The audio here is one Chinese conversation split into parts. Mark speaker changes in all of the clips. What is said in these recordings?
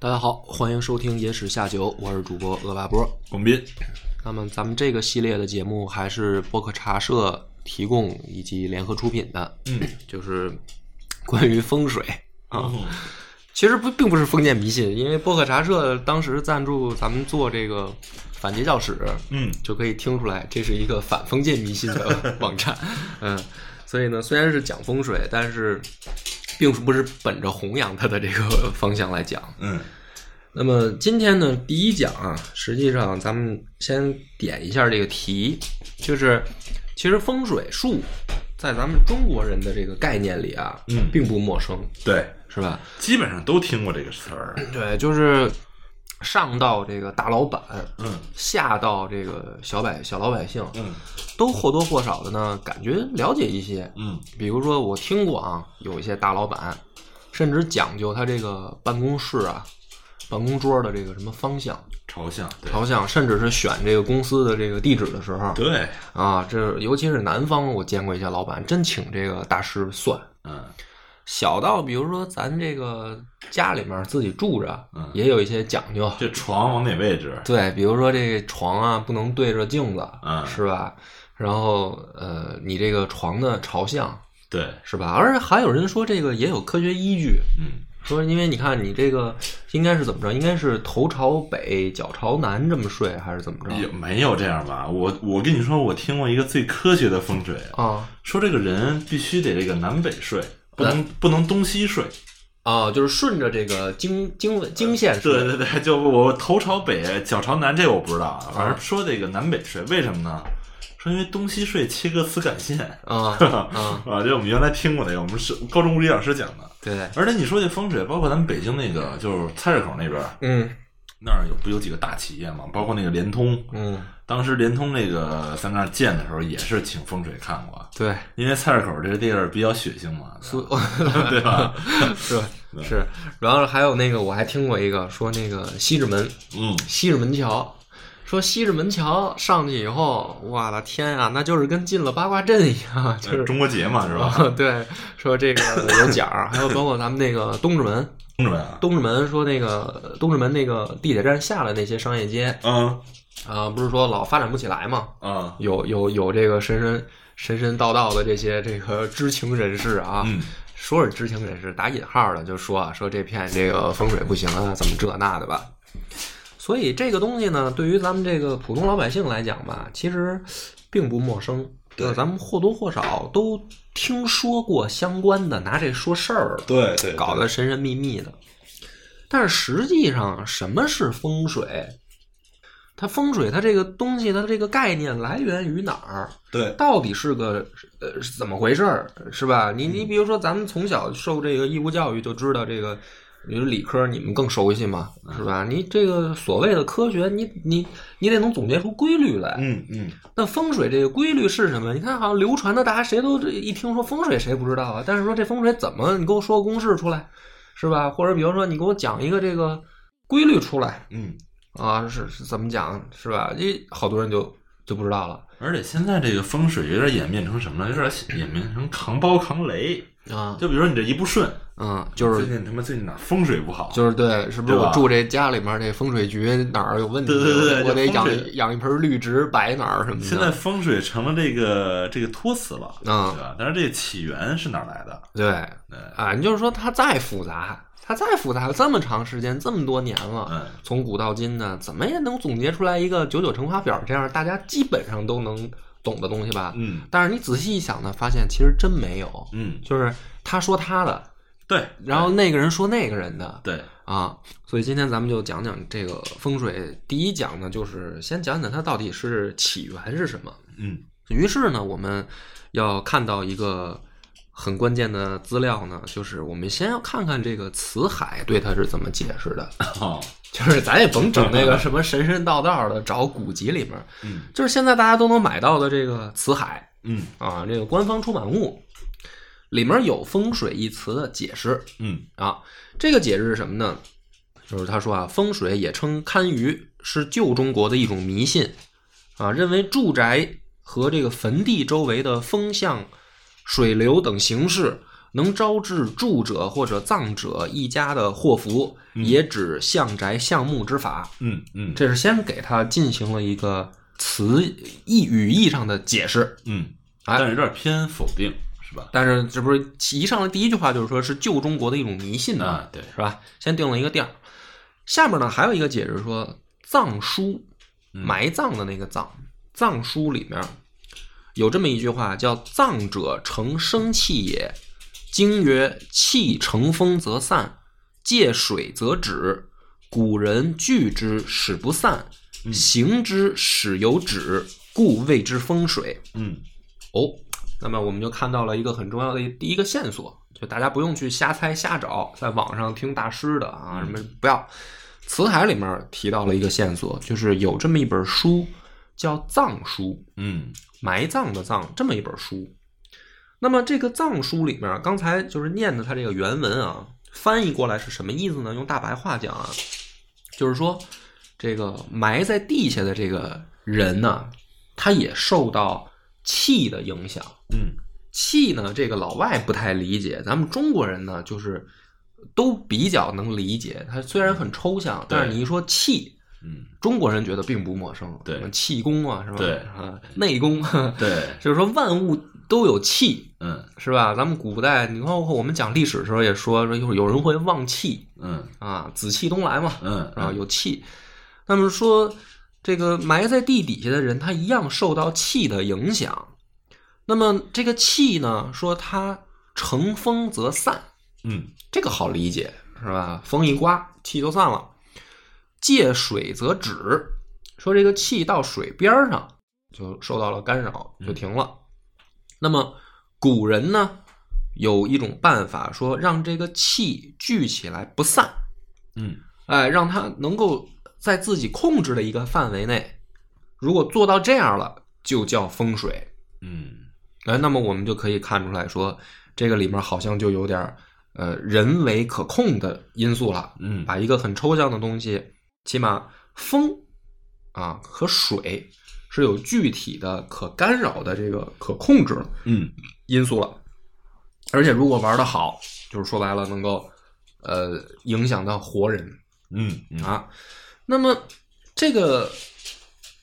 Speaker 1: 大家好，欢迎收听《野史下酒》，我是主播恶霸波。
Speaker 2: 广斌，
Speaker 1: 那么咱们这个系列的节目还是播客茶社提供以及联合出品的，
Speaker 2: 嗯，
Speaker 1: 就是关于风水啊。其实不并不是封建迷信，因为播客茶社当时赞助咱们做这个反邪教史，
Speaker 2: 嗯，
Speaker 1: 就可以听出来这是一个反封建迷信的网站。 嗯，所以呢，虽然是讲风水，但是并不是本着弘扬它的这个方向来讲。
Speaker 2: 嗯
Speaker 1: 那么今天呢，第一讲啊，实际上咱们先点一下这个题，就是其实风水术在咱们中国人的这个概念里啊，
Speaker 2: 嗯
Speaker 1: 并不陌生，
Speaker 2: 对，
Speaker 1: 是吧？
Speaker 2: 基本上都听过这个词儿。
Speaker 1: 对，就是上到这个大老板，
Speaker 2: 嗯
Speaker 1: 下到这个小百小老百姓，
Speaker 2: 嗯
Speaker 1: 都或多或少的呢，感觉了解一些。
Speaker 2: 嗯
Speaker 1: 比如说，我听过啊，有一些大老板，甚至讲究他这个办公室啊、办公桌的这个什么方向、
Speaker 2: 朝向，对
Speaker 1: 朝向，甚至是选这个公司的这个地址的时候
Speaker 2: 对，
Speaker 1: 啊，这尤其是南方，我见过一些老板真请这个大师算。
Speaker 2: 嗯
Speaker 1: 小到比如说咱这个家里面自己住着，
Speaker 2: 嗯
Speaker 1: 也有一些讲究，
Speaker 2: 这床往哪位置？
Speaker 1: 对，比如说这个床啊，不能对着镜子，
Speaker 2: 嗯
Speaker 1: 是吧？然后呃，你这个床的朝向
Speaker 2: 对，
Speaker 1: 是吧？而还有人说这个也有科学依据，
Speaker 2: 嗯
Speaker 1: 说因为你看你这个应该是怎么着？应该是头朝北，脚朝南这么睡，还是怎么
Speaker 2: 有
Speaker 1: 着？
Speaker 2: 没有这样吧？我我跟你说，我听过一个最科学的风水，
Speaker 1: 啊
Speaker 2: 说这个人必须得这个南北睡，不能不能东西睡。
Speaker 1: 啊，就是顺着这个经经经线
Speaker 2: 对
Speaker 1: 睡
Speaker 2: 对对， 就我头朝北，脚朝南，这个我不知道啊。反正说这个南北睡，为什么呢？说因为东西睡切割磁感线。
Speaker 1: 啊啊，
Speaker 2: 啊，这我们原来听过那个，我们是高中物理老师讲的。
Speaker 1: 对，
Speaker 2: 而且你说这风水，包括咱们北京那个，就是菜市口那边儿
Speaker 1: 嗯
Speaker 2: 那儿有不有几个大企业嘛？包括那个联通，
Speaker 1: 嗯，
Speaker 2: 当时联通那个在那儿建的时候，也是请风水看过，
Speaker 1: 对，
Speaker 2: 因为菜市口这个地儿比较血腥嘛，
Speaker 1: 苏
Speaker 2: 对吧？
Speaker 1: 是是，然后还有那个我还听过一个说那个西直门。
Speaker 2: 嗯，
Speaker 1: 西直门桥，说西直门桥上去以后，我的天啊，那就是跟进了八卦阵一样， 就是
Speaker 2: 中国结嘛，是吧？
Speaker 1: 对，说这个有奖儿，还有包括咱们那个东直门，
Speaker 2: 同志们啊，
Speaker 1: 东直门说那个东直门那个地铁站下来那些商业街
Speaker 2: 嗯
Speaker 1: 啊、不是说老发展不起来嘛，
Speaker 2: 嗯
Speaker 1: 有有有这个神神神神道道的这些这个知情人士啊，
Speaker 2: 嗯
Speaker 1: 说是知情人士，打引号的就说啊，说这片这个风水不行啊，怎么这那的吧。所以这个东西呢，对于咱们这个普通老百姓来讲吧，其实并不陌生，对，咱们或多或少都听说过相关的，拿这说事儿了，
Speaker 2: 对对
Speaker 1: 搞得神神秘秘的。但是实际上，什么是风水？它风水它这个东西，它这个概念来源于哪儿？
Speaker 2: 对，
Speaker 1: 到底是个呃是怎么回事儿，是吧？
Speaker 2: 嗯
Speaker 1: 你你比如说，咱们从小受这个义务教育就知道这个，比如理科你们更熟悉嘛，
Speaker 2: 嗯
Speaker 1: 是吧？你这个所谓的科学，你你你得能总结出规律来。
Speaker 2: 嗯嗯，
Speaker 1: 那风水这个规律是什么？你看，好像流传的，大家谁都这一听说风水谁不知道啊？但是说这风水怎么，你给我说个公式出来，是吧？或者比如说你给我讲一个这个规律出来
Speaker 2: 嗯。
Speaker 1: 啊，是是怎么讲，是吧？一好多人就就不知道了
Speaker 2: 而且现在这个风水有点演变成什么了？有点演变成扛包扛雷。
Speaker 1: 啊，
Speaker 2: 就比如说你这一不顺，
Speaker 1: 嗯，就是
Speaker 2: 最近他妈最近哪风水不好？
Speaker 1: 就是对，是不是
Speaker 2: 对吧
Speaker 1: 我住这家里面这风水局哪儿有问题？
Speaker 2: 对对对对
Speaker 1: 我得
Speaker 2: 就风
Speaker 1: 养
Speaker 2: 水
Speaker 1: 养一盆绿植摆哪儿什么的。
Speaker 2: 现在风水成了这个这个托词了，
Speaker 1: 嗯
Speaker 2: 对吧？但是这个起源是哪儿来的？
Speaker 1: 对
Speaker 2: 对，
Speaker 1: 啊，你就是说它再复杂，它再复杂，这么长时间，这么多年了，
Speaker 2: 嗯，
Speaker 1: 从古到今呢，怎么也能总结出来一个九九乘法表这样大家基本上都能懂的东西吧？
Speaker 2: 嗯
Speaker 1: 但是你仔细一想呢，发现其实真没有，
Speaker 2: 嗯，
Speaker 1: 就是他说他的，
Speaker 2: 对，
Speaker 1: 然后那个人说那个人的，
Speaker 2: 对，
Speaker 1: 啊，所以今天咱们就讲讲这个风水。第一讲呢，就是先讲讲它到底是起源是什么。
Speaker 2: 嗯
Speaker 1: 于是呢，我们要看到一个很关键的资料呢，就是我们先要看看这个辞海对它是怎么解释的。
Speaker 2: 哦，
Speaker 1: 就是咱也甭整那个什么神神道道的，找古籍里面，
Speaker 2: 嗯
Speaker 1: 就是现在大家都能买到的这个辞海
Speaker 2: 嗯
Speaker 1: 啊，这个官方出版物里面有“风水”一词的解释。
Speaker 2: 嗯
Speaker 1: 啊，这个解释是什么呢？就是他说啊，风水也称堪舆，是旧中国的一种迷信啊，认为住宅和这个坟地周围的风向、水流等形式能招致住者或者葬者一家的祸福，也指相宅相墓之法。
Speaker 2: 嗯嗯
Speaker 1: 这是先给他进行了一个词义语义上的解释。
Speaker 2: 嗯，
Speaker 1: 哎
Speaker 2: 但是有点偏否定，是吧？
Speaker 1: 但是这不是一上来第一句话就是说是旧中国的一种迷信呢、
Speaker 2: 啊，对，
Speaker 1: 是吧？先定了一个调儿。下面呢还有一个解释说，藏书
Speaker 2: 嗯
Speaker 1: 埋葬的那个葬，藏书里面有这么一句话叫“葬者成生气也”，经曰：“气成风则散，借水则止。古人聚之，使不散；行之，使有止，故谓之风水。”
Speaker 2: 嗯
Speaker 1: 哦，那么我们就看到了一个很重要的一第一个线索，就大家不用去瞎猜瞎找，在网上听大师的啊
Speaker 2: 嗯
Speaker 1: 什么不要。辞海里面提到了一个线索，就是有这么一本书叫《藏书》，
Speaker 2: 嗯
Speaker 1: 埋葬的葬这么一本书。那么这个藏书里面，刚才就是念的它这个原文啊，翻译过来是什么意思呢？用大白话讲啊，就是说这个埋在地下的这个人呢、他也受到气的影响。
Speaker 2: 嗯
Speaker 1: 气呢，这个老外不太理解，咱们中国人呢，就是都比较能理解。它虽然很抽象，
Speaker 2: 对
Speaker 1: 但是你一说气，
Speaker 2: 嗯，
Speaker 1: 中国人觉得并不陌生。
Speaker 2: 对
Speaker 1: 什么气功啊，是吧？
Speaker 2: 对
Speaker 1: 啊，内功，
Speaker 2: 对，
Speaker 1: 就是说万物都有气，
Speaker 2: 嗯
Speaker 1: 是吧？咱们古代，你包括我们讲历史的时候也说，说有有人会忘气
Speaker 2: 嗯
Speaker 1: 啊，紫气东来嘛，
Speaker 2: 嗯，
Speaker 1: 啊，有气。那么说，这个埋在地底下的人，他一样受到气的影响。那么这个气呢，说它乘风则散，
Speaker 2: 嗯
Speaker 1: 这个好理解是吧？风一刮，气就散了。借水则止，说这个气到水边儿上就受到了干扰，就停了。那么古人呢，有一种办法，说让这个气聚起来不散，
Speaker 2: 嗯
Speaker 1: 哎，让他能够在自己控制的一个范围内，如果做到这样了，就叫风水。
Speaker 2: 嗯
Speaker 1: 哎，那么我们就可以看出来说，这个里面好像就有点儿呃人为可控的因素了，
Speaker 2: 嗯，
Speaker 1: 把一个很抽象的东西，起码风啊和水是有具体的可干扰的这个可控制
Speaker 2: 嗯
Speaker 1: 因素了。而且如果玩的好，就是说白了能够呃影响到活人，
Speaker 2: 嗯嗯
Speaker 1: 啊。那么这个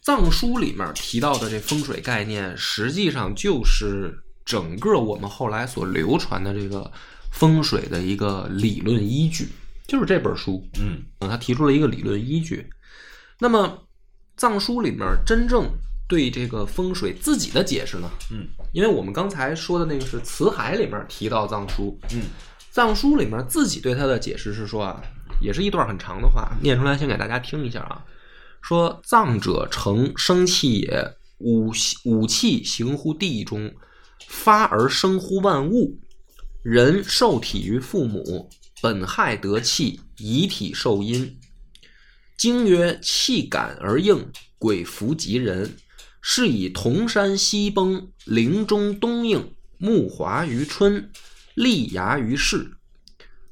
Speaker 1: 藏书里面提到的这风水概念，实际上就是整个我们后来所流传的这个风水的一个理论依据，就是这本书。
Speaker 2: 嗯
Speaker 1: 啊，他提出了一个理论依据。那么藏书里面真正对这个风水自己的解释呢？
Speaker 2: 嗯，
Speaker 1: 因为我们刚才说的那个是辞海里面提到藏书，
Speaker 2: 嗯
Speaker 1: 藏书里面自己对他的解释是说啊，也是一段很长的话，念出来先给大家听一下啊。说藏者成生气也，五五气行乎地中，发而生乎万物。人受体于父母，本害得气，以体受阴。经曰：气感而应，鬼服及人。是以铜山西崩，林中东应，木华于春，立牙于世。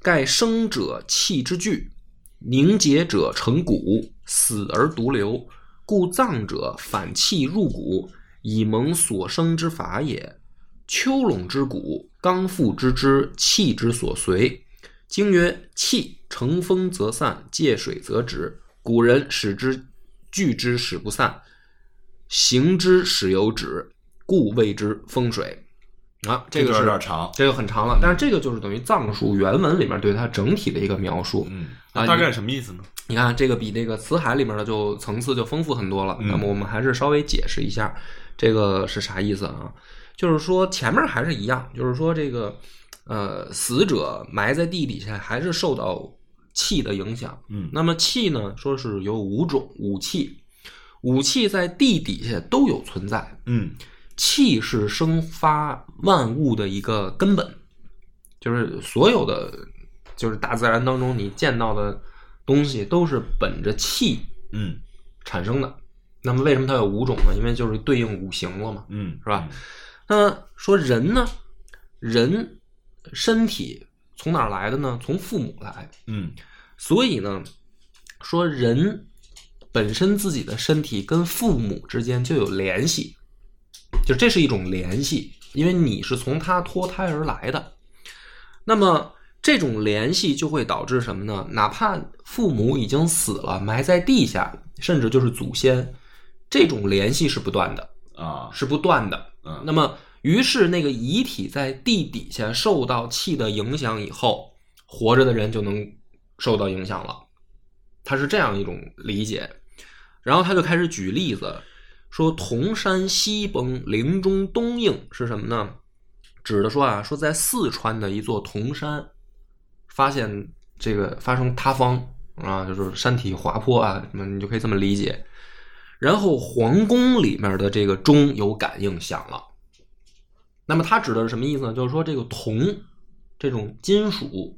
Speaker 1: 盖生者气之聚，凝结者成骨，死而独留。故葬者反气入骨，以蒙所生之法也。丘垄之骨，刚复之之，气之所随。经曰：气乘风则散，借水则止。古人使之聚之，使不散；行之，使有止，故谓之风水。啊，这个
Speaker 2: 段
Speaker 1: 是
Speaker 2: 有点长，
Speaker 1: 这个很长了，但是这个就是等于藏书原文里面对它整体的一个描述。
Speaker 2: 嗯，
Speaker 1: 啊
Speaker 2: 那大概什么意思呢？
Speaker 1: 你看，这个比那个辞海里面的就层次就丰富很多了。
Speaker 2: 嗯
Speaker 1: 那么我们还是稍微解释一下这个是啥意思啊？就是说前面还是一样，就是说这个呃死者埋在地底下还是受到气的影响。
Speaker 2: 嗯
Speaker 1: 那么气呢，说是有五种五气，五气在地底下都有存在。
Speaker 2: 嗯
Speaker 1: 气是生发万物的一个根本，就是所有的，就是大自然当中你见到的东西都是本着气
Speaker 2: 嗯
Speaker 1: 产生的。那么为什么它有五种呢？因为就是对应五行了嘛。
Speaker 2: 嗯，
Speaker 1: 是吧？那么说人呢，人身体从哪儿来的呢？从父母来。
Speaker 2: 嗯
Speaker 1: 所以呢，说人本身自己的身体跟父母之间就有联系，就这是一种联系，因为你是从他脱胎而来的。那么这种联系就会导致什么呢？哪怕父母已经死了，埋在地下，甚至就是祖先，这种联系是不断的，
Speaker 2: 啊，
Speaker 1: 是不断的。
Speaker 2: 嗯
Speaker 1: 那么，于是那个遗体在地底下受到气的影响以后，活着的人就能受到影响了。他是这样一种理解，然后他就开始举例子，说铜山西崩，陵中东应是什么呢？指的说啊，说在四川的一座铜山，发现这个发生塌方啊，就是山体滑坡啊，那你就可以这么理解。然后皇宫里面的这个钟有感应响了。那么它指的是什么意思呢？就是说这个铜这种金属，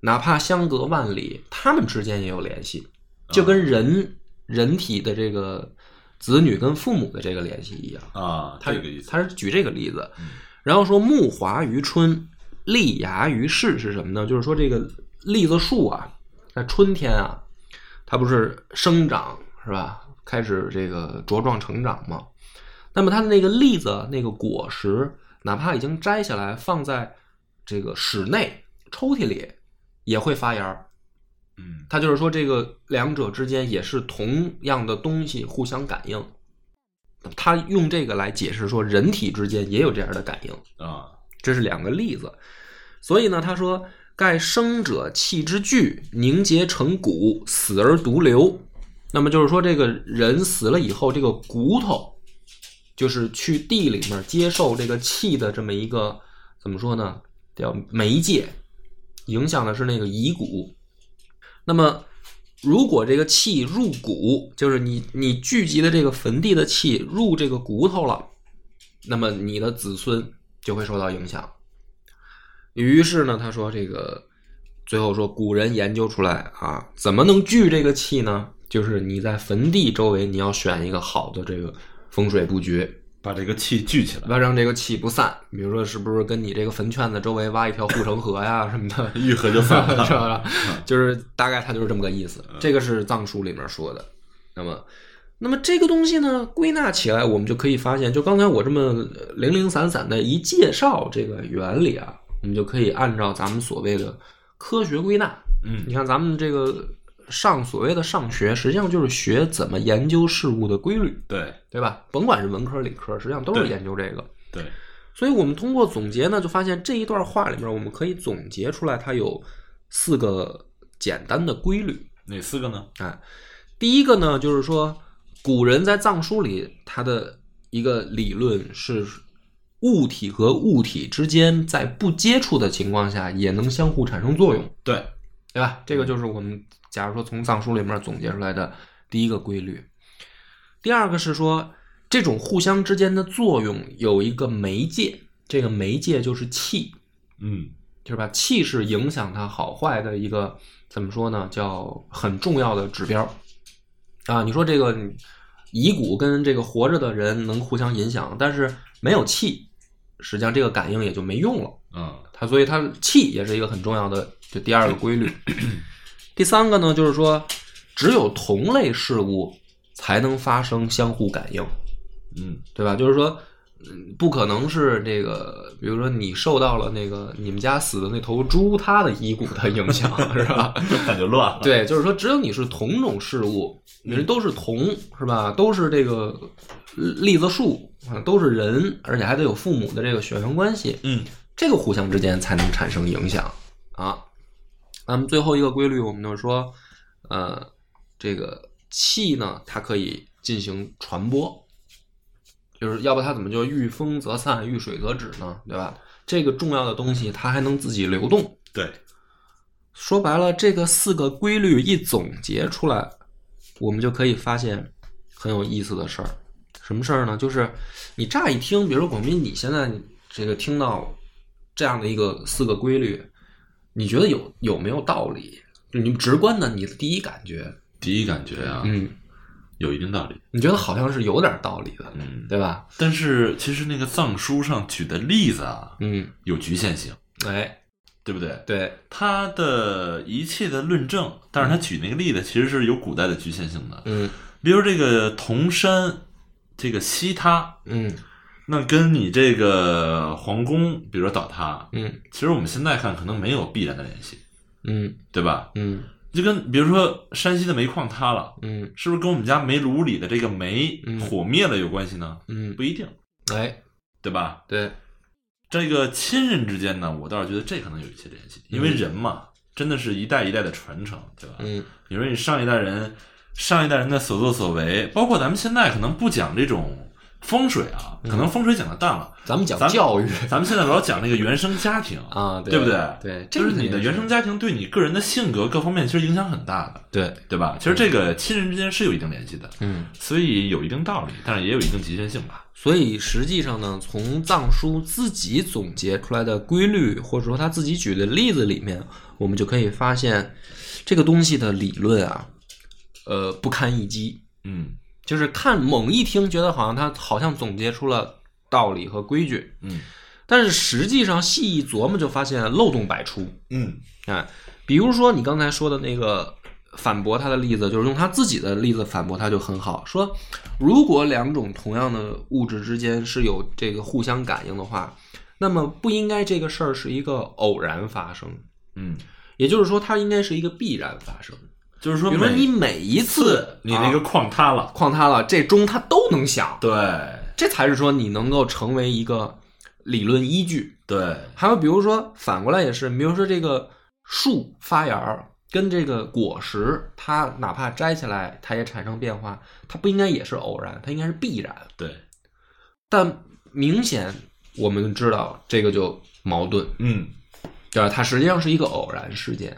Speaker 1: 哪怕相隔万里，它们之间也有联系，就跟人人体的这个子女跟父母的这个联系一样。
Speaker 2: 啊，
Speaker 1: 他
Speaker 2: 这个意思
Speaker 1: 他是举这个例子
Speaker 2: 嗯，
Speaker 1: 然后说木华于春，栗芽于世是什么呢？就是说这个栗子树啊，在春天啊，它不是生长是吧？开始这个茁壮成长嘛。那么它的那个栗子那个果实，哪怕已经摘下来放在这个室内抽屉里，也会发芽儿。
Speaker 2: 嗯
Speaker 1: 他就是说这个两者之间也是同样的东西互相感应。他用这个来解释说，人体之间也有这样的感应，
Speaker 2: 啊
Speaker 1: 这是两个例子。所以呢，他说：“盖生者气之聚，凝结成骨，死而独留。”那么就是说，这个人死了以后，这个骨头就是去地里面接受这个气的这么一个怎么说呢？叫媒介，影响的是那个遗骨。那么，如果这个气入骨，就是你你聚集的这个坟地的气入这个骨头了，那么你的子孙就会受到影响。于是呢，他说这个最后说，古人研究出来啊，怎么能聚这个气呢？就是你在坟地周围，你要选一个好的这个风水布局，
Speaker 2: 把这个气聚起来，
Speaker 1: 要让这个气不散。比如说，是不是跟你这个坟圈子周围挖一条护城河呀什么的，
Speaker 2: 愈合就散
Speaker 1: 是
Speaker 2: 了。
Speaker 1: 吧？就是大概他就是这么个意思。这个是藏书里面说的。那么，那么这个东西呢，归纳起来，我们就可以发现，就刚才我这么呃零零散散的一介绍这个原理啊，我们就可以按照咱们所谓的科学归纳。
Speaker 2: 嗯
Speaker 1: 你看，咱们这个上所谓的上学，实际上就是学怎么研究事物的规律，
Speaker 2: 对
Speaker 1: 对吧？甭管是文科理科，实际上都是
Speaker 2: 对
Speaker 1: 研究这个。
Speaker 2: 对，
Speaker 1: 所以我们通过总结呢，就发现这一段话里面，我们可以总结出来，它有四个简单的规律。
Speaker 2: 哪四个呢？
Speaker 1: 哎，第一个呢，就是说古人在藏书里他的一个理论是，物体和物体之间在不接触的情况下，也能相互产生作用，
Speaker 2: 对，
Speaker 1: 对吧？这个就是我们假如说从藏书里面总结出来的第一个规律。第二个是说，这种互相之间的作用有一个媒介，这个媒介就是气，
Speaker 2: 嗯
Speaker 1: 就是吧？气是影响它好坏的一个怎么说呢？叫很重要的指标啊。你说这个你遗骨跟这个活着的人能互相影响，但是没有气，实际上这个感应也就没用了。
Speaker 2: 嗯
Speaker 1: 它所以它气也是一个很重要的，就第二个规律。 第三个呢，就是说只有同类事物才能发生相互感应。
Speaker 2: 嗯
Speaker 1: 对吧？就是说，嗯，不可能是这个，比如说你受到了那个你们家死的那头猪它的遗骨的影响，是吧？
Speaker 2: 感觉乱了。
Speaker 1: 对，就是说，只有你是同种事物，人都是同，是吧？都是这个呃栗子树啊，都是人，而且还得有父母的这个血缘关系，
Speaker 2: 嗯
Speaker 1: 这个互相之间才能产生影响啊。那么最后一个规律，我们就说，呃，这个气呢，它可以进行传播，就是要不它怎么就遇风则散，遇水则止呢？对吧？这个重要的东西，它还能自己流动。
Speaker 2: 对，
Speaker 1: 说白了，这个四个规律一总结出来，我们就可以发现很有意思的事儿。什么事儿呢？就是你乍一听，比如说广斌，你现在这个听到这样的一个四个规律，你觉得有有没有道理？就你直观的你的第一感觉，
Speaker 2: 第一感觉啊，
Speaker 1: 嗯，
Speaker 2: 有一定道理。
Speaker 1: 你觉得好像是有点道理的，
Speaker 2: 嗯
Speaker 1: 对吧？
Speaker 2: 但是其实那个藏书上举的例子啊，
Speaker 1: 嗯，
Speaker 2: 有局限性，
Speaker 1: 哎，
Speaker 2: 对不对？
Speaker 1: 对，
Speaker 2: 他的一切的论证，但是他举那个例子其实是有古代的局限性的，
Speaker 1: 嗯
Speaker 2: 比如这个铜山，这个西他，
Speaker 1: 嗯
Speaker 2: 那跟你这个皇宫，比如说倒塌，
Speaker 1: 嗯
Speaker 2: 其实我们现在看可能没有必然的联系，
Speaker 1: 嗯
Speaker 2: 对吧？
Speaker 1: 嗯
Speaker 2: 就跟比如说山西的煤矿塌了，
Speaker 1: 嗯
Speaker 2: 是不是跟我们家煤炉里的这个煤
Speaker 1: 嗯
Speaker 2: 火灭了有关系呢？
Speaker 1: 嗯，
Speaker 2: 不一定，
Speaker 1: 哎，
Speaker 2: 对吧？
Speaker 1: 对，
Speaker 2: 这个亲人之间呢，我倒是觉得这可能有一些联系，因为人嘛，真的是一代一代的传承，对吧？
Speaker 1: 嗯
Speaker 2: 你说你上一代人，上一代人的所作所为，包括咱们现在可能不讲这种风水啊，
Speaker 1: 嗯
Speaker 2: 可能风水讲的淡了，
Speaker 1: 咱们讲
Speaker 2: 咱们
Speaker 1: 教育
Speaker 2: 咱们现在老讲那个原生家 庭
Speaker 1: 啊，
Speaker 2: 对不对？
Speaker 1: 对，这
Speaker 2: 就是
Speaker 1: 肯
Speaker 2: 你的
Speaker 1: 定
Speaker 2: 原生家庭对你个人的性格各方面其实影响很大的，
Speaker 1: 对，
Speaker 2: 对吧？其实这个亲人之间是有一定联系的，
Speaker 1: 嗯。
Speaker 2: 所以有一定道理，但是也有一定局限性吧。
Speaker 1: 所以实际上呢，从藏书自己总结出来的规律，或者说他自己举的例子里面，我们就可以发现，这个东西的理论啊，呃，不堪一击。
Speaker 2: 嗯
Speaker 1: 就是看猛一听，觉得好像他好像总结出了道理和规矩，
Speaker 2: 嗯
Speaker 1: 但是实际上细一琢磨，就发现漏洞百出。
Speaker 2: 嗯
Speaker 1: 哎，比如说你刚才说的那个反驳他的例子，就是用他自己的例子反驳他就很好。说如果两种同样的物质之间是有这个互相感应的话，那么不应该这个事儿是一个偶然发生，
Speaker 2: 嗯，
Speaker 1: 也就是说它应该是一个必然发生。
Speaker 2: 就是说
Speaker 1: 比如说
Speaker 2: 每
Speaker 1: 你每一次
Speaker 2: 你那个
Speaker 1: 啊
Speaker 2: 矿塌了，
Speaker 1: 矿塌了，这钟它都能响，
Speaker 2: 对
Speaker 1: 这才是说你能够成为一个理论依据。
Speaker 2: 对，
Speaker 1: 还有比如说反过来也是，比如说这个树发芽儿跟这个果实，它哪怕摘下来，它也产生变化，它不应该也是偶然，它应该是必然。
Speaker 2: 对，
Speaker 1: 但明显我们知道这个就矛盾，
Speaker 2: 嗯
Speaker 1: 对吧？它实际上是一个偶然事件。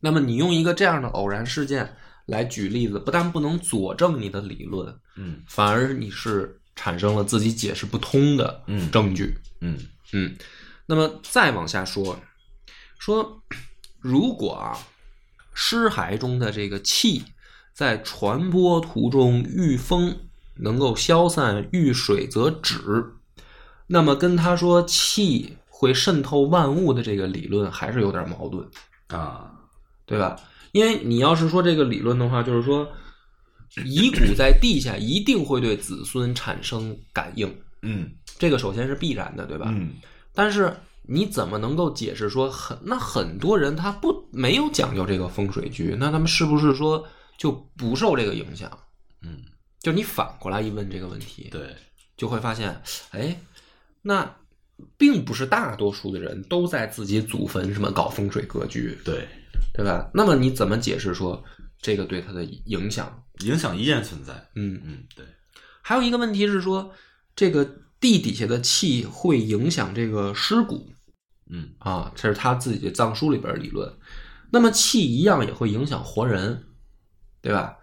Speaker 1: 那么你用一个这样的偶然事件来举例子，不但不能佐证你的理论，
Speaker 2: 嗯
Speaker 1: 反而你是产生了自己解释不通的
Speaker 2: 嗯
Speaker 1: 证据。
Speaker 2: 嗯
Speaker 1: 嗯，那么再往下说，说如果啊，尸骸中的这个气在传播途中遇风能够消散，遇水则止，那么跟他说气会渗透万物的这个理论还是有点矛盾，
Speaker 2: 啊，
Speaker 1: 对吧？因为你要是说这个理论的话，就是说遗骨在地下一定会对子孙产生感应，
Speaker 2: 嗯
Speaker 1: 这个首先是必然的，对吧？
Speaker 2: 嗯
Speaker 1: 但是你怎么能够解释说很那很多人他不没有讲究这个风水局，那他们是不是说就不受这个影响？
Speaker 2: 嗯，
Speaker 1: 就你反过来一问这个问题，
Speaker 2: 对，
Speaker 1: 就会发现，哎，那并不是大多数的人都在自己祖坟什么搞风水格局，
Speaker 2: 对，
Speaker 1: 对吧？那么你怎么解释说这个对他的影响？
Speaker 2: 影响依然存在。
Speaker 1: 嗯，
Speaker 2: 嗯，对，
Speaker 1: 还有一个问题是说，这个地底下的气会影响这个尸骨，
Speaker 2: 嗯
Speaker 1: 啊，这是他自己藏书里边的理论。那么气一样也会影响活人，对吧？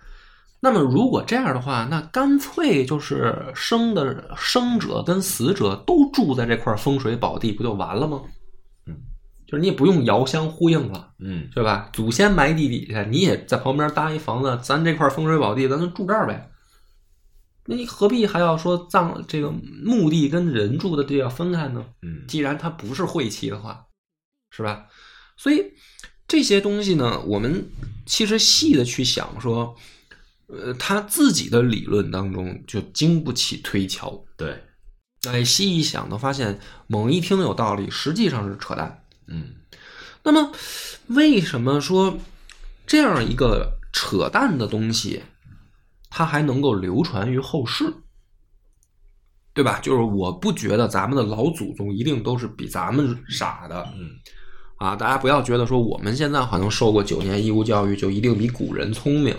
Speaker 1: 那么如果这样的话，那干脆就是生的生者跟死者都住在这块风水宝地，不就完了吗？
Speaker 2: 嗯，
Speaker 1: 就是你也不用遥相呼应了，
Speaker 2: 嗯
Speaker 1: 对吧？祖先埋地底下，你也在旁边搭一房子，咱这块风水宝地，咱就住这儿呗。那你何必还要说葬这个墓地跟人住的地要分开呢？
Speaker 2: 嗯
Speaker 1: 既然它不是晦气的话，是吧？所以这些东西呢，我们其实细的去想说，呃，他自己的理论当中就经不起推敲。
Speaker 2: 对，
Speaker 1: 哎，细一想呢，发现猛一听有道理，实际上是扯淡。
Speaker 2: 嗯
Speaker 1: 那么，为什么说这样一个扯淡的东西，它还能够流传于后世？对吧？就是我不觉得咱们的老祖宗一定都是比咱们傻的
Speaker 2: 嗯
Speaker 1: 啊！大家不要觉得说我们现在好像受过九年义务教育就一定比古人聪明，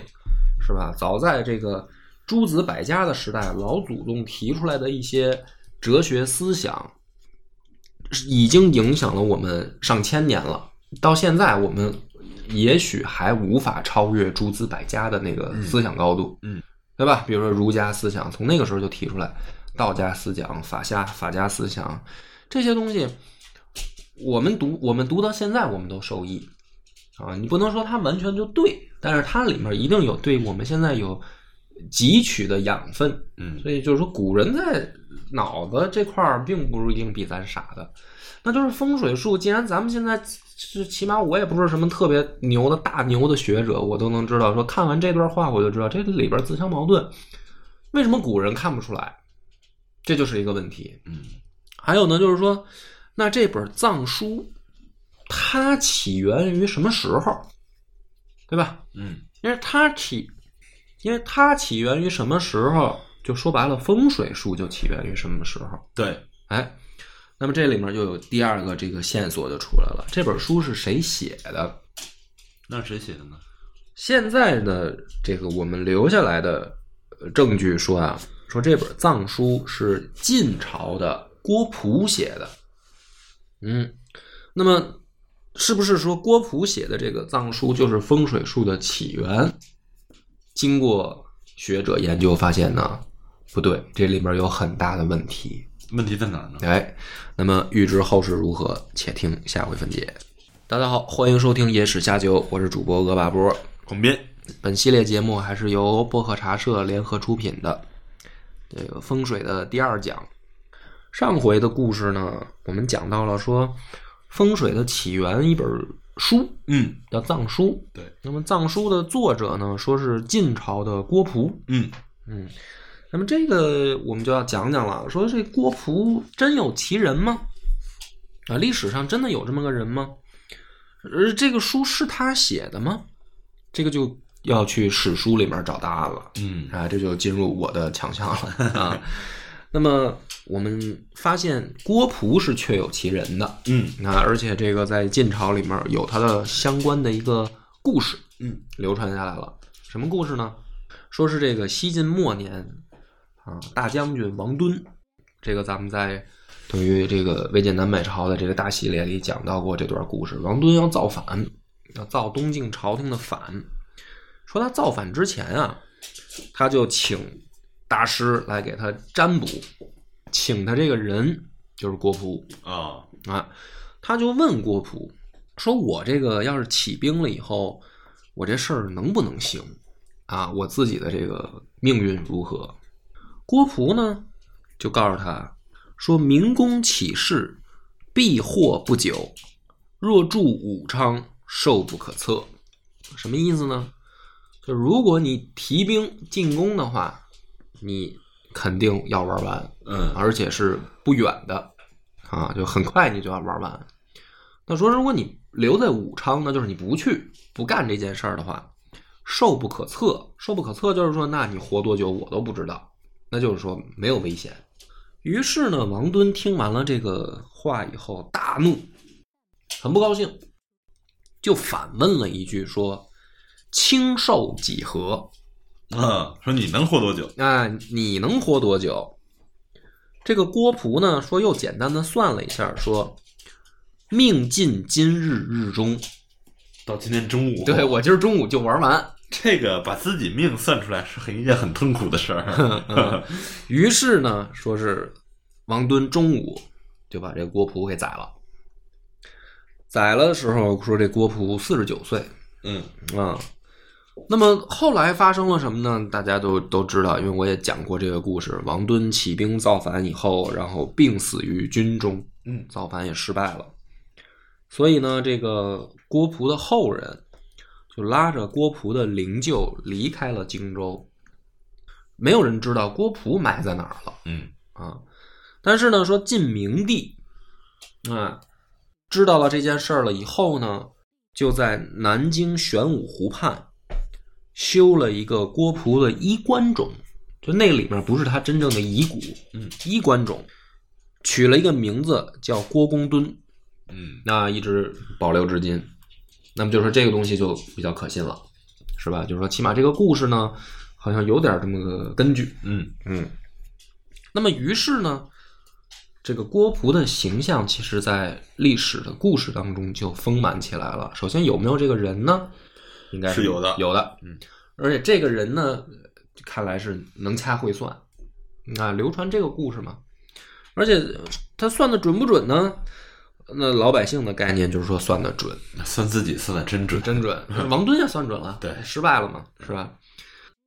Speaker 1: 是吧？早在这个诸子百家的时代，老祖宗提出来的一些哲学思想，是已经影响了我们上千年了。到现在，我们也许还无法超越诸子百家的那个思想高度，
Speaker 2: 嗯嗯
Speaker 1: 对吧？比如说儒家思想，从那个时候就提出来，道家思想、法家法家思想这些东西，我们读我们读到现在，我们都受益啊。你不能说它完全就对，但是它里面一定有对我们现在有汲取的养分，
Speaker 2: 嗯
Speaker 1: 所以就是说，古人在脑子这块儿并不一定比咱傻的。那就是风水术，既然咱们现在是起码我也不是什么特别牛的大牛的学者，我都能知道说看完这段话我就知道这里边自相矛盾。为什么古人看不出来？这就是一个问题。
Speaker 2: 嗯
Speaker 1: 还有呢，就是说，那这本藏书它起源于什么时候，对吧？
Speaker 2: 嗯
Speaker 1: 因为它起，因为它起源于什么时候，就说白了，风水术就起源于什么时候。
Speaker 2: 对，
Speaker 1: 哎，那么这里面就有第二个这个线索就出来了，这本书是谁写的？
Speaker 2: 那是谁写的呢？
Speaker 1: 现在呢，这个我们留下来的呃证据说啊，说这本藏书是晋朝的郭璞写的。嗯，那么是不是说郭璞写的这个藏书就是风水术的起源？经过学者研究发现呢，不对，这里面有很大的问题。
Speaker 2: 问题在哪儿呢？
Speaker 1: 哎，那么预知后事如何，且听下回分解。大家好，欢迎收听《野史下酒》，我是主播恶霸波。
Speaker 2: 广编，
Speaker 1: 本系列节目还是由薄荷茶社联合出品的，这个风水的第二讲。上回的故事呢，我们讲到了说风水的起源一本书
Speaker 2: 嗯
Speaker 1: 叫《藏书》，
Speaker 2: 对，
Speaker 1: 那么《藏书》的作者呢，说是晋朝的郭璞，
Speaker 2: 嗯，
Speaker 1: 嗯，那么这个我们就要讲讲了，说这郭璞真有其人吗？啊，历史上真的有这么个人吗？而这个书是他写的吗？这个就要去史书里面找答案了。
Speaker 2: 嗯
Speaker 1: 啊，这就进入我的强项了啊。那么我们发现郭璞是确有其人的，
Speaker 2: 嗯
Speaker 1: 那而且这个在晋朝里面有它的相关的一个故事，
Speaker 2: 嗯，
Speaker 1: 流传下来了。什么故事呢？说是这个西晋末年啊，大将军王敦，这个咱们在对于这个魏晋南北朝的这个大系列里讲到过这段故事。王敦要造反，要造东晋朝廷的反。说他造反之前啊，他就请大师来给他占卜，请他这个人就是郭璞。
Speaker 2: 啊，
Speaker 1: 啊，他就问郭璞说：“我这个要是起兵了以后，我这事儿能不能行？啊，我自己的这个命运如何？”郭璞呢，就告诉他说：“明公起事，必祸不久；若住武昌，寿不可测。”什么意思呢？就如果你提兵进攻的话，你肯定要玩完。
Speaker 2: 嗯
Speaker 1: 而且是不远的，啊，就很快你就要玩完。那说如果你留在武昌呢，就是你不去不干这件事儿的话，寿不可测。寿不可测就是说，那你活多久我都不知道，那就是说没有危险。于是呢，王敦听完了这个话以后大怒，很不高兴，就反问了一句说：“清寿几何？”
Speaker 2: 嗯，说你能活多久？
Speaker 1: 啊，你能活多久？这个郭璞呢说又简单的算了一下，说命尽今日日中，
Speaker 2: 到今天中午，
Speaker 1: 对我今儿中午就玩完。
Speaker 2: 这个把自己命算出来是很一件很痛苦的事儿。
Speaker 1: 于是呢，说是王敦中午就把这郭璞给宰了。宰了的时候说这郭璞四十九岁
Speaker 2: 嗯
Speaker 1: 啊。那么后来发生了什么呢？大家都都知道，因为我也讲过这个故事。王敦起兵造反以后，然后病死于军中。
Speaker 2: 嗯
Speaker 1: 造反也失败了。所以呢，这个郭璞的后人就拉着郭璞的灵柩离开了荆州，没有人知道郭璞埋在哪儿了
Speaker 2: 嗯
Speaker 1: 啊。但是呢，说晋明帝啊，知道了这件事儿了以后呢，就在南京玄武湖畔修了一个郭璞的衣冠冢，就那里面不是他真正的遗骨，
Speaker 2: 嗯，
Speaker 1: 衣冠冢，取了一个名字叫郭公墩，
Speaker 2: 嗯
Speaker 1: 那一直保留至今。那么就是说这个东西就比较可信了，是吧？就是说起码这个故事呢，好像有点这么个根据。
Speaker 2: 嗯
Speaker 1: 嗯，那么于是呢，这个郭璞的形象，其实在历史的故事当中就丰满起来了。首先有没有这个人呢？应该
Speaker 2: 是有的
Speaker 1: 有的，
Speaker 2: 嗯，
Speaker 1: 而且这个人呢，看来是能掐会算，啊，流传这个故事嘛，而且呃他算的准不准呢？那老百姓的概念就是说算的准，
Speaker 2: 算自己算的真准。
Speaker 1: 真 准。王敦也算准了，
Speaker 2: 对
Speaker 1: 失败了嘛，是吧？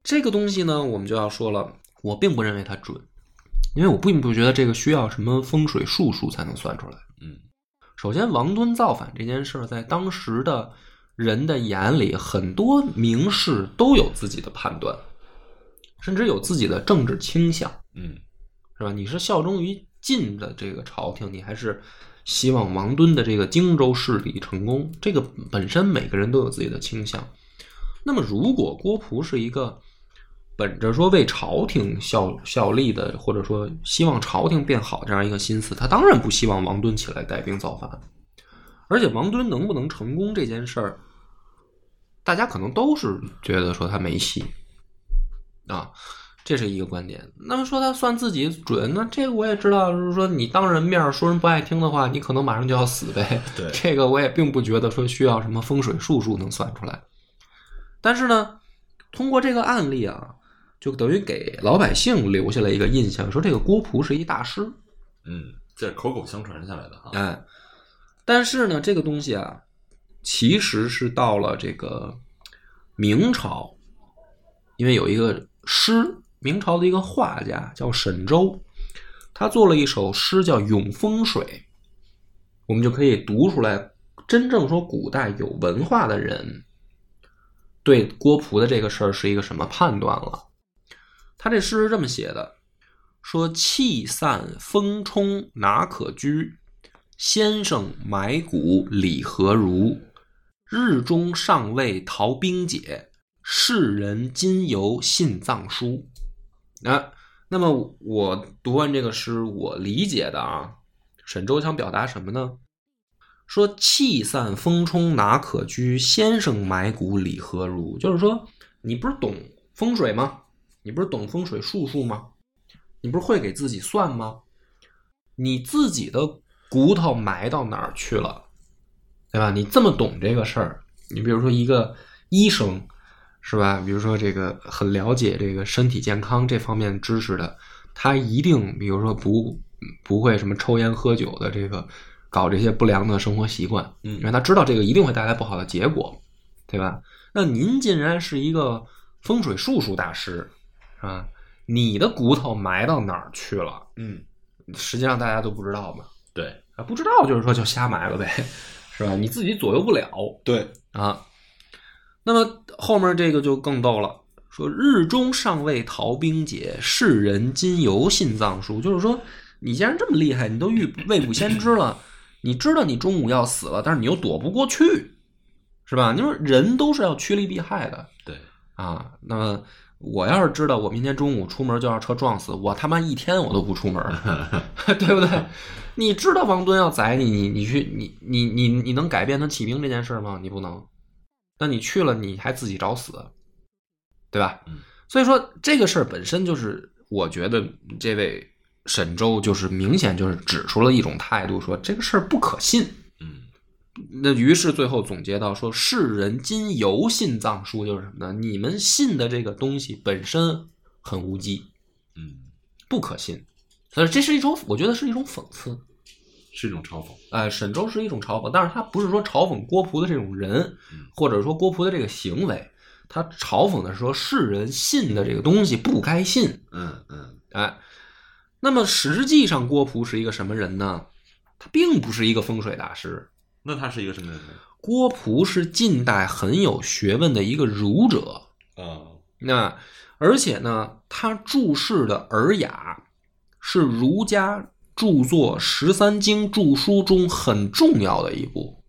Speaker 1: 这个东西呢，我们就要说了，我并不认为它准，因为我并不觉得这个需要什么风水术数才能算出来。
Speaker 2: 嗯
Speaker 1: 首先，王敦造反这件事儿，在当时的人的眼里，很多名士都有自己的判断，甚至有自己的政治倾向。
Speaker 2: 嗯
Speaker 1: 是吧？你是效忠于晋的这个朝廷，你还是希望王敦的这个荆州势力成功？这个本身每个人都有自己的倾向。那么，如果郭璞是一个本着说为朝廷效效力的，或者说希望朝廷变好这样一个心思，他当然不希望王敦起来带兵造反。而且，王敦能不能成功这件事儿，大家可能都是觉得说他没戏啊，这是一个观点。那么说他算自己准，那这个我也知道，就是说你当人面说人不爱听的话，你可能马上就要死呗。
Speaker 2: 对
Speaker 1: 这个我也并不觉得说需要什么风水术数能算出来。但是呢，通过这个案例啊，就等于给老百姓留下了一个印象，说这个郭璞是一大师。
Speaker 2: 嗯，这是口口相传下来的啊。
Speaker 1: 哎，但是呢，这个东西啊，其实是到了这个明朝，因为有一个诗，明朝的一个画家叫沈周，他做了一首诗叫《咏风水》，我们就可以读出来，真正说古代有文化的人对郭璞的这个事儿是一个什么判断了。他这诗是这么写的：说气散风冲哪可居？先生埋骨理何如？日中尚未逃兵解，世人今犹信藏书。啊，那么我读完这个诗，我理解的啊，沈周想表达什么呢？说气散风冲哪可居？先生埋骨理何如？就是说，你不是懂风水吗？你不是懂风水术数吗？你不是会给自己算吗？你自己的骨头埋到哪儿去了，对吧？你这么懂这个事儿，你比如说一个医生，是吧？比如说这个很了解这个身体健康这方面知识的，他一定比如说不不会什么抽烟喝酒的这个搞这些不良的生活习惯，
Speaker 2: 嗯
Speaker 1: 因为他知道这个一定会带来不好的结果，对吧？那您竟然是一个风水术数大师啊，你的骨头埋到哪儿去了？
Speaker 2: 嗯，
Speaker 1: 实际上大家都不知道嘛，
Speaker 2: 对
Speaker 1: 啊，不知道就是说就瞎埋了呗， 是吧？你自己左右不了
Speaker 2: 对，
Speaker 1: 啊。那么后面这个就更逗了，说日中尚未逃兵解，世人今犹信藏书。就是说，你既然这么厉害，你都预未卜先知了，你知道你中午要死了，但是你又躲不过去，是吧？你说人都是要趋利避害的，
Speaker 2: 对，
Speaker 1: 啊，那么我要是知道我明天中午出门就让车撞死，我他妈一天我都不出门儿，对不对？你知道王敦要宰你，你你去你你你你能改变他起兵这件事儿吗？你不能。那你去了，你还自己找死，对吧
Speaker 2: 嗯？
Speaker 1: 所以说这个事儿本身就是，我觉得这位沈周就是明显就是指出了一种态度，说这个事儿不可信。
Speaker 2: 嗯
Speaker 1: 那于是最后总结到说，世人今犹信藏书，就是什么呢？你们信的这个东西本身很无稽，
Speaker 2: 嗯，
Speaker 1: 不可信。所以这是一种，我觉得是一种讽刺。
Speaker 2: 是一种嘲讽。
Speaker 1: 哎，沈周是一种嘲讽，但是他不是说嘲讽郭璞的这种人
Speaker 2: 嗯，
Speaker 1: 或者说郭璞的这个行为，他嘲讽的是说世人信的这个东西不该信。
Speaker 2: 嗯嗯，
Speaker 1: 哎，那么实际上郭璞是一个什么人呢？他并不是一个风水大师，
Speaker 2: 那他是一个什么人呢？
Speaker 1: 郭璞是近代很有学问的一个儒者，
Speaker 2: 啊，
Speaker 1: 那而且呢，他注释的《尔雅》是儒家著作十三经注疏中很重要的一部，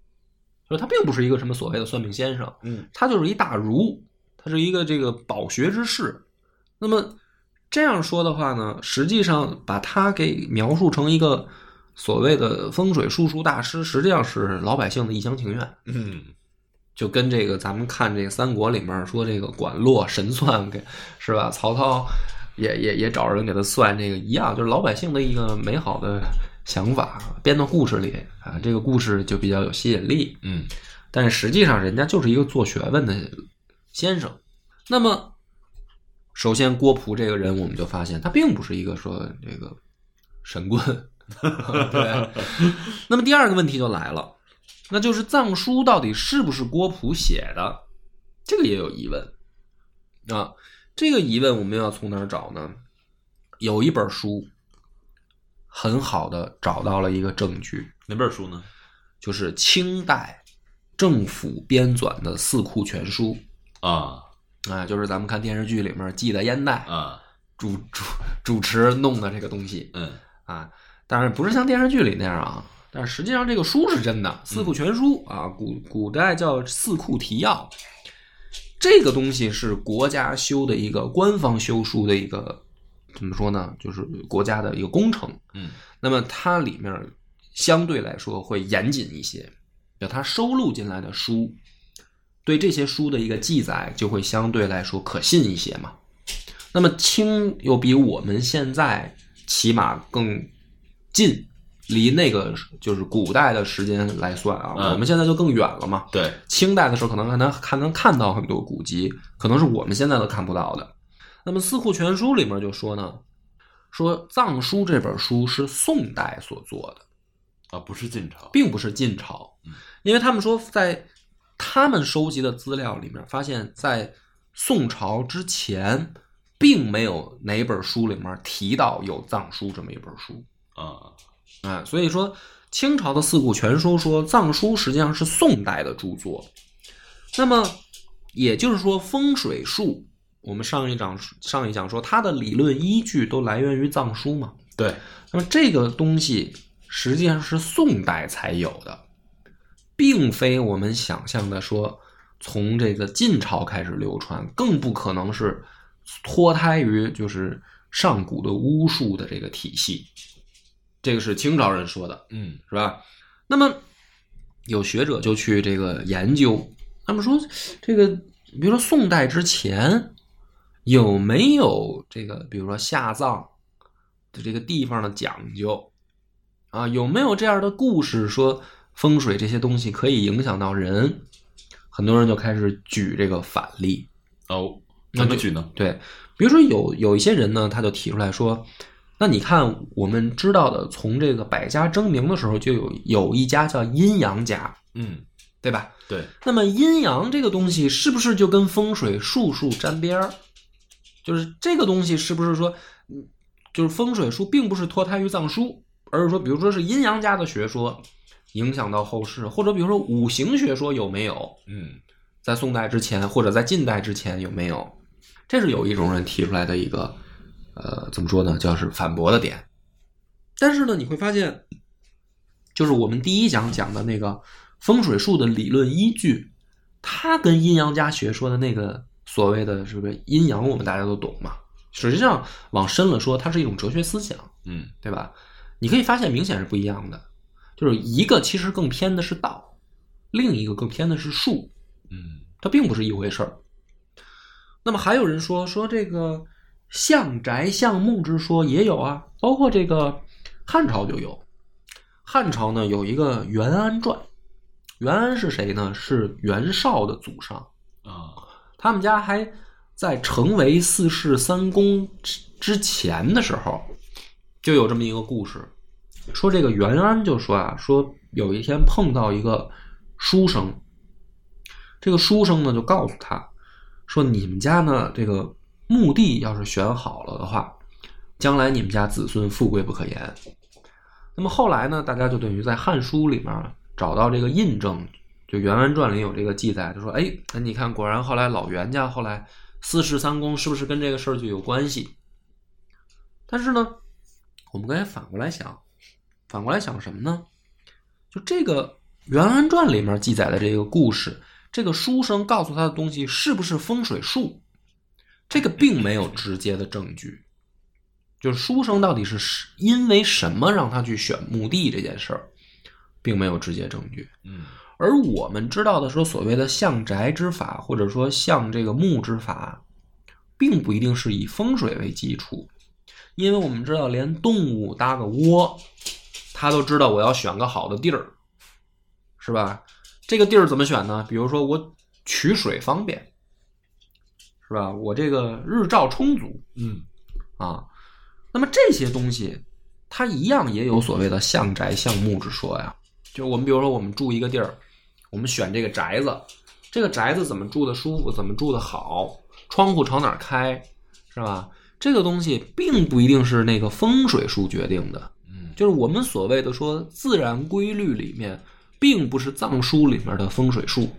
Speaker 1: 就是他并不是一个什么所谓的算命先生，
Speaker 2: 嗯
Speaker 1: 他就是一大儒，他是一个这个饱学之士。那么这样说的话呢，实际上把他给描述成一个所谓的风水术数大师，实际上是老百姓的一厢情愿。
Speaker 2: 嗯，
Speaker 1: 就跟这个咱们看这个三国里面说这个管络神算给是吧？曹操也也也找人给他算这个一样，就是老百姓的一个美好的想法编到故事里啊，这个故事就比较有吸引力。
Speaker 2: 嗯
Speaker 1: 但是实际上人家就是一个做学问的先生。那么，首先郭璞这个人，我们就发现他并不是一个说这个神棍。 对。那么第二个问题就来了，那就是藏书到底是不是郭璞写的？这个也有疑问啊。这个疑问我们要从哪儿找呢？有一本书很好的找到了一个证据，
Speaker 2: 哪本书呢？
Speaker 1: 就是清代政府编纂的《四库全书
Speaker 2: 啊》
Speaker 1: 啊，就是咱们看电视剧里面记的烟袋，
Speaker 2: 啊，
Speaker 1: 主主主持弄的这个东西
Speaker 2: 嗯
Speaker 1: 啊，但是不是像电视剧里那样啊？但是实际上这个书是真的，《四库全书》啊，古古代叫《四库提要》，这个东西是国家修的一个官方修书的一个怎么说呢？就是国家的一个工程。
Speaker 2: 嗯
Speaker 1: 那么它里面相对来说会严谨一些，就它收录进来的书，对这些书的一个记载就会相对来说可信一些嘛。那么清又比我们现在起码更近，离那个就是古代的时间来算啊，
Speaker 2: 嗯
Speaker 1: 我们现在就更远了嘛。
Speaker 2: 对，
Speaker 1: 清代的时候可能还能还能看到很多古籍，可能是我们现在都看不到的。那么《四库全书》里面就说呢，说《藏书》这本书是宋代所做的，
Speaker 2: 啊，不是晋朝，
Speaker 1: 并不是晋朝，因为他们说在他们收集的资料里面发现，在宋朝之前，并没有哪本书里面提到有《藏书》这么一本书。
Speaker 2: 啊，
Speaker 1: 哎，所以说清朝的《四库全书》说《藏书》实际上是宋代的著作。那么也就是说，风水术，我们上一讲上一讲说它的理论依据都来源于《藏书》嘛。
Speaker 2: 对，
Speaker 1: 那么这个东西实际上是宋代才有的，并非我们想象的说从这个晋朝开始流传，更不可能是脱胎于就是上古的巫术的这个体系。这个是清朝人说的，
Speaker 2: 嗯
Speaker 1: 是吧？那么有学者就去这个研究，他们说这个，比如说宋代之前有没有这个，比如说下葬的这个地方的讲究啊，有没有这样的故事说风水这些东西可以影响到人？很多人就开始举这个反例，
Speaker 2: 哦，
Speaker 1: 那
Speaker 2: 怎么
Speaker 1: 就
Speaker 2: 举呢？
Speaker 1: 对，比如说有有一些人呢，他就提出来说，那你看我们知道的，从这个百家争鸣的时候，就有有一家叫阴阳家，
Speaker 2: 嗯，
Speaker 1: 对吧？
Speaker 2: 对，
Speaker 1: 那么阴阳这个东西是不是就跟风水术数沾边儿？就是这个东西是不是说，嗯就是风水术并不是脱胎于藏书，而是说，比如说是阴阳家的学说影响到后世，或者比如说五行学说有没有？
Speaker 2: 嗯
Speaker 1: 在宋代之前或者在晋代之前有没有？这是有一种人提出来的一个，呃，怎么说呢，叫是反驳的点。但是呢，你会发现，就是我们第一讲讲的那个风水术的理论依据，它跟阴阳家学说的那个所谓的是不是阴阳，我们大家都懂嘛？实际上往深了说，它是一种哲学思想，
Speaker 2: 嗯
Speaker 1: 对吧？你可以发现明显是不一样的，就是一个其实更偏的是道，另一个更偏的是术。
Speaker 2: 嗯
Speaker 1: 它并不是一回事儿。那么还有人说说这个相宅相墓之说也有啊，包括这个汉朝就有。汉朝呢有一个元安传，元安是谁呢？是袁绍的祖上，
Speaker 2: 啊，
Speaker 1: 他们家还在成为四世三公之之前的时候，就有这么一个故事，说这个袁安就说啊，说有一天碰到一个书生，这个书生呢就告诉他说，你们家呢这个墓地要是选好了的话，将来你们家子孙富贵不可言。那么后来呢，大家就等于在《汉书》里面找到这个印证，就《袁安传》里有这个记载，就说：“哎，那你看，果然后来老袁家后来四世三公是不是跟这个事儿就有关系？”但是呢，我们刚才反过来想，反过来想什么呢？就这个《袁安传》里面记载的这个故事，这个书生告诉他的东西是不是风水术？这个并没有直接的证据。就是书生到底是是因为什么让他去选墓地这件事儿，并没有直接证据。
Speaker 2: 嗯
Speaker 1: 而我们知道的说，所谓的相宅之法，或者说相这个墓之法，并不一定是以风水为基础，因为我们知道，连动物搭个窝，它都知道我要选个好的地儿，是吧？这个地儿怎么选呢？比如说我取水方便，是吧？我这个日照充足，
Speaker 2: 嗯
Speaker 1: 啊。那么这些东西，它一样也有所谓的相宅相墓之说呀。就我们比如说，我们住一个地儿，我们选这个宅子，这个宅子怎么住的舒服，怎么住的好，窗户朝哪儿开，是吧？这个东西并不一定是那个风水术决定的，
Speaker 2: 嗯
Speaker 1: 就是我们所谓的说自然规律里面，并不是藏书里面的风水术。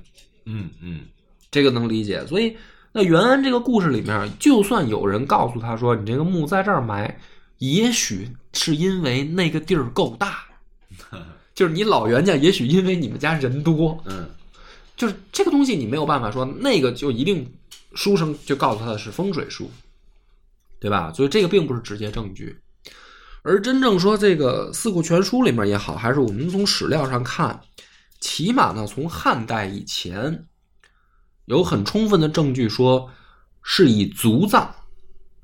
Speaker 2: 嗯嗯
Speaker 1: 这个能理解。所以那袁安这个故事里面，就算有人告诉他说你这个墓在这儿埋，也许是因为那个地儿够大，就是你老袁家，也许因为你们家人多，
Speaker 2: 嗯，
Speaker 1: 就是这个东西你没有办法说那个就一定书生就告诉他的是风水术，对吧？所以这个并不是直接证据。而真正说这个《四库全书》里面也好，还是我们从史料上看，起码呢从汉代以前，有很充分的证据说是以族葬。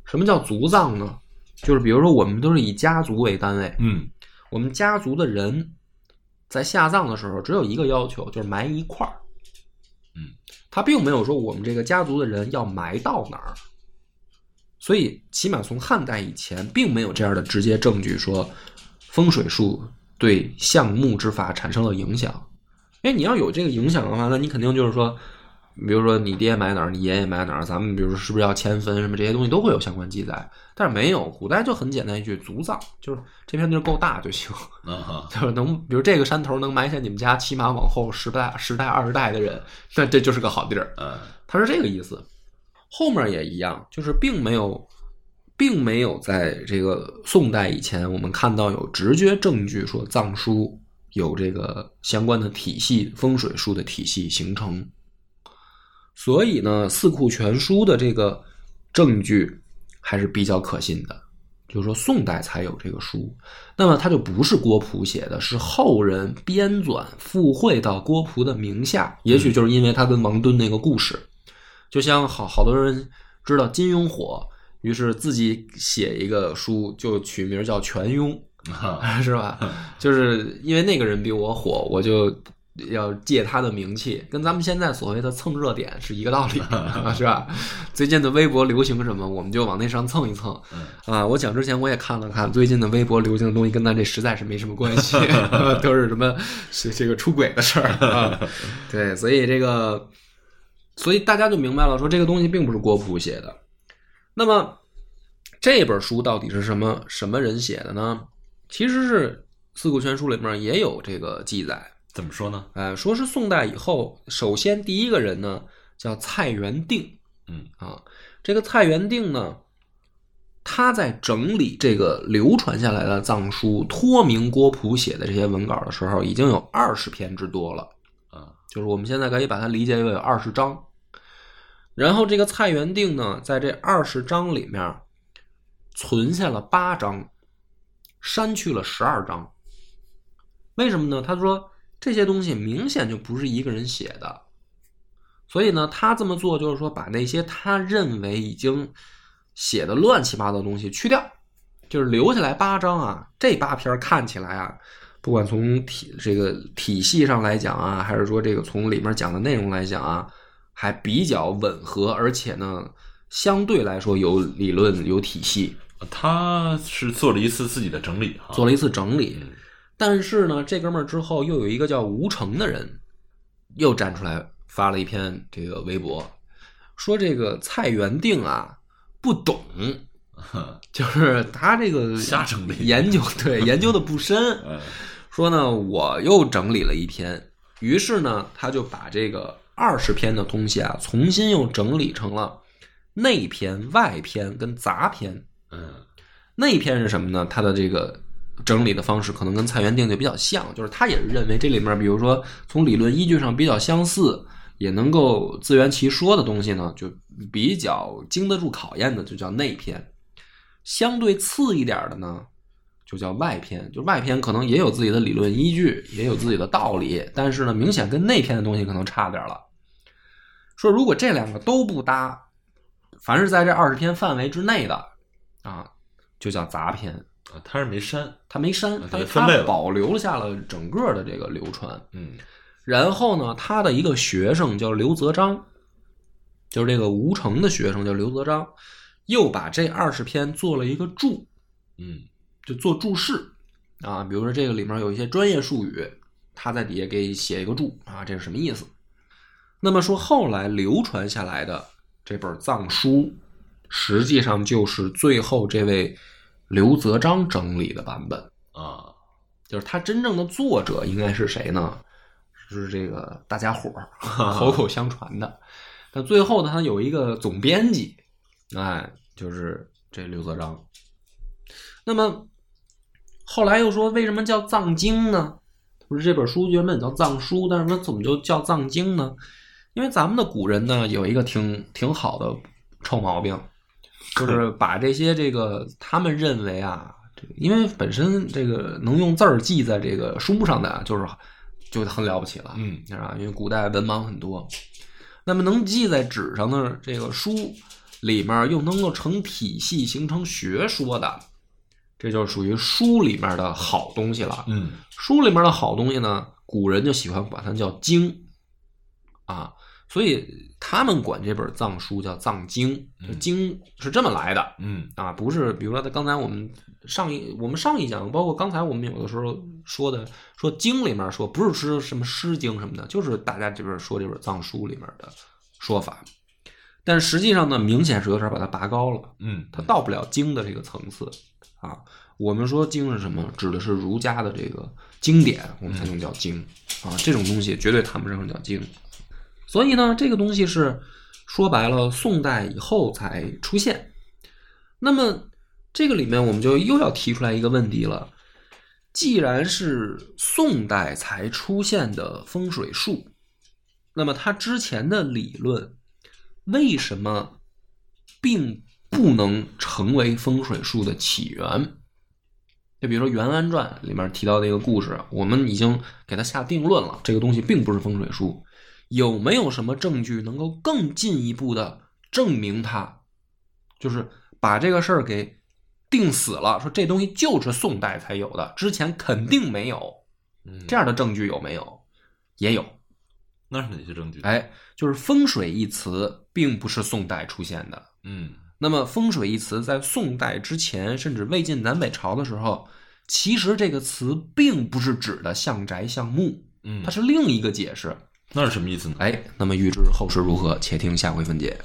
Speaker 1: 什么叫族葬呢？就是比如说我们都是以家族为单位，
Speaker 2: 嗯，
Speaker 1: 我们家族的人在下葬的时候只有一个要求，就是埋一块儿。
Speaker 2: 嗯，
Speaker 1: 他并没有说我们这个家族的人要埋到哪儿，所以起码从汉代以前，并没有这样的直接证据说风水术对项目之法产生了影响。因为你要有这个影响的话，那你肯定就是说，比如说你爹埋哪儿，你爷爷埋哪儿，咱们比如说是不是要迁坟什么这些东西都会有相关记载，但是没有，古代就很简单一句族葬，就是这片地儿够大就行。
Speaker 2: 啊哈，
Speaker 1: 就是能，比如这个山头能埋下你们家起码往后十代、十代、二十代的人，那这就是个好地儿。
Speaker 2: 呃，
Speaker 1: 他是这个意思。后面也一样，就是并没有，并没有在这个宋代以前，我们看到有直接证据说藏书有这个相关的体系，风水术的体系形成。所以呢，《四库全书》的这个证据还是比较可信的，就是说宋代才有这个书，那么它就不是郭璞写的，是后人编纂附会到郭璞的名下。也许就是因为他跟王敦那个故事，就像好好多人知道金庸火，于是自己写一个书就取名叫《全庸》。
Speaker 2: 啊
Speaker 1: 是吧？ 就是因为那个人比我火，我就要借他的名气，跟咱们现在所谓的蹭热点是一个道理，是吧？ 最近的微博流行什么，我们就往那上蹭一蹭。啊，我讲之前我也看了看，最近的微博流行的东西跟咱这实在是没什么关系， 都是什么是这个出轨的事儿啊。对，所以这个，所以大家就明白了，说这个东西并不是郭璞写的。那么这本书到底是什么什么人写的呢？其实是《四库全书》里面也有这个记载，
Speaker 2: 怎么说呢？
Speaker 1: 呃，说是宋代以后，首先第一个人呢叫蔡元定，
Speaker 2: 嗯
Speaker 1: 啊，这个蔡元定呢，他在整理这个流传下来的藏书，托名郭璞写的这些文稿的时候，已经有二十篇之多了。
Speaker 2: 啊，
Speaker 1: 就是我们现在可以把它理解为有二十章。然后这个蔡元定呢，在这二十章里面存下了八章，删去了十二章。为什么呢？他说这些东西明显就不是一个人写的，所以呢，他这么做就是说把那些他认为已经写的乱七八糟的东西去掉，就是留下来八章啊。这八篇儿看起来啊，不管从体这个体系上来讲啊，还是说这个从里面讲的内容来讲啊，还比较吻合，而且呢，相对来说有理论有体系，
Speaker 2: 他是做了一次自己的整理哈，
Speaker 1: 做了一次整理
Speaker 2: 嗯。
Speaker 1: 但是呢，这哥们儿之后又有一个叫吴成的人，又站出来发了一篇这个微博，说这个蔡元定啊不懂，就是他这个
Speaker 2: 啊瞎整理
Speaker 1: 研究，对研究的不 深。
Speaker 2: 呃，
Speaker 1: 说呢，我又整理了一篇，于是呢，他就把这个二十篇的东西啊，重新又整理成了内篇、外篇跟杂篇。
Speaker 2: 嗯
Speaker 1: 内篇是什么呢？他的这个整理的方式可能跟蔡元定就比较像，就是他也是认为这里面，比如说从理论依据上比较相似，也能够自圆其说的东西呢，就比较经得住考验的，就叫内篇。相对次一点的呢，就叫外篇。就外篇可能也有自己的理论依据，也有自己的道理，但是呢，明显跟内篇的东西可能差点了。说如果这两个都不搭，凡是在这二十篇范围之内的啊，就叫杂篇。
Speaker 2: 啊他是没删，
Speaker 1: 它没删
Speaker 2: 啊，
Speaker 1: 但
Speaker 2: 给
Speaker 1: 是
Speaker 2: 它分类
Speaker 1: 它
Speaker 2: 了
Speaker 1: 保留下了整个的这个流传。
Speaker 2: 嗯
Speaker 1: 然后呢，他的一个学生叫刘泽章，就是这个吴成的学生叫刘泽章，又把这二十篇做了一个注，
Speaker 2: 嗯
Speaker 1: 就做注释啊，比如说这个里面有一些专业术语，他在底下给写一个注啊，这是什么意思？那么说后来流传下来的这本藏书，实际上就是最后这位刘泽章整理的版本。
Speaker 2: 啊，
Speaker 1: 就是他真正的作 者应该是谁呢？是这个大家伙儿口口相传的。但最后呢，他有一个总编辑，哎，就是这刘泽章。那么后来又说，为什么叫藏经呢？不是这本书原本叫藏书，但是它怎么就叫藏经呢？因为咱们的古人呢，有一个挺挺好的臭毛病，就是把这些这个他们认为啊，这个因为本身这个能用字儿记在这个书上的啊，就是就很了不起了，
Speaker 2: 嗯，
Speaker 1: 啊，因为古代文盲很多，那么能记在纸上的这个书里面，又能够成体系形成学说的，这就属于书里面的好东西了。
Speaker 2: 嗯
Speaker 1: 书里面的好东西呢，古人就喜欢管它叫经，啊，所以他们管这本藏书叫藏经，这
Speaker 2: 嗯
Speaker 1: 经是这么来的
Speaker 2: 嗯
Speaker 1: 啊，不是比如说他刚才我们上一我们上一讲，包括刚才我们有的时候说的说经里面说不是说什么诗经什么的，就是大家这边说这本藏书里面的说法，但实际上呢，明显是有点把它拔高了。
Speaker 2: 嗯，
Speaker 1: 它到不了经的这个层次啊。我们说经是什么？指的是儒家的这个经典，我们才能叫经啊。这种东西绝对谈不上叫经。所以呢，这个东西是说白了，宋代以后才出现。那么这个里面，我们就又要提出来一个问题了：既然是宋代才出现的风水术，那么它之前的理论为什么并不能成为风水术的起源？就比如说《袁安传》里面提到的一个故事，我们已经给它下定论了，这个东西并不是风水术。有没有什么证据能够更进一步的证明它？就是把这个事儿给定死了，说这东西就是宋代才有的，之前肯定没有。这样的证据有没有？也有。
Speaker 2: 那是哪些证据？，
Speaker 1: 哎，就是风水一词并不是宋代出现的。
Speaker 2: 嗯
Speaker 1: 那么风水一词在宋代之前，甚至魏晋南北朝的时候，其实这个词并不是指的相宅相墓，
Speaker 2: 嗯，
Speaker 1: 它是另一个解释。
Speaker 2: 那是什么意思呢？
Speaker 1: 哎，那么预知后事如何，且听下回分解。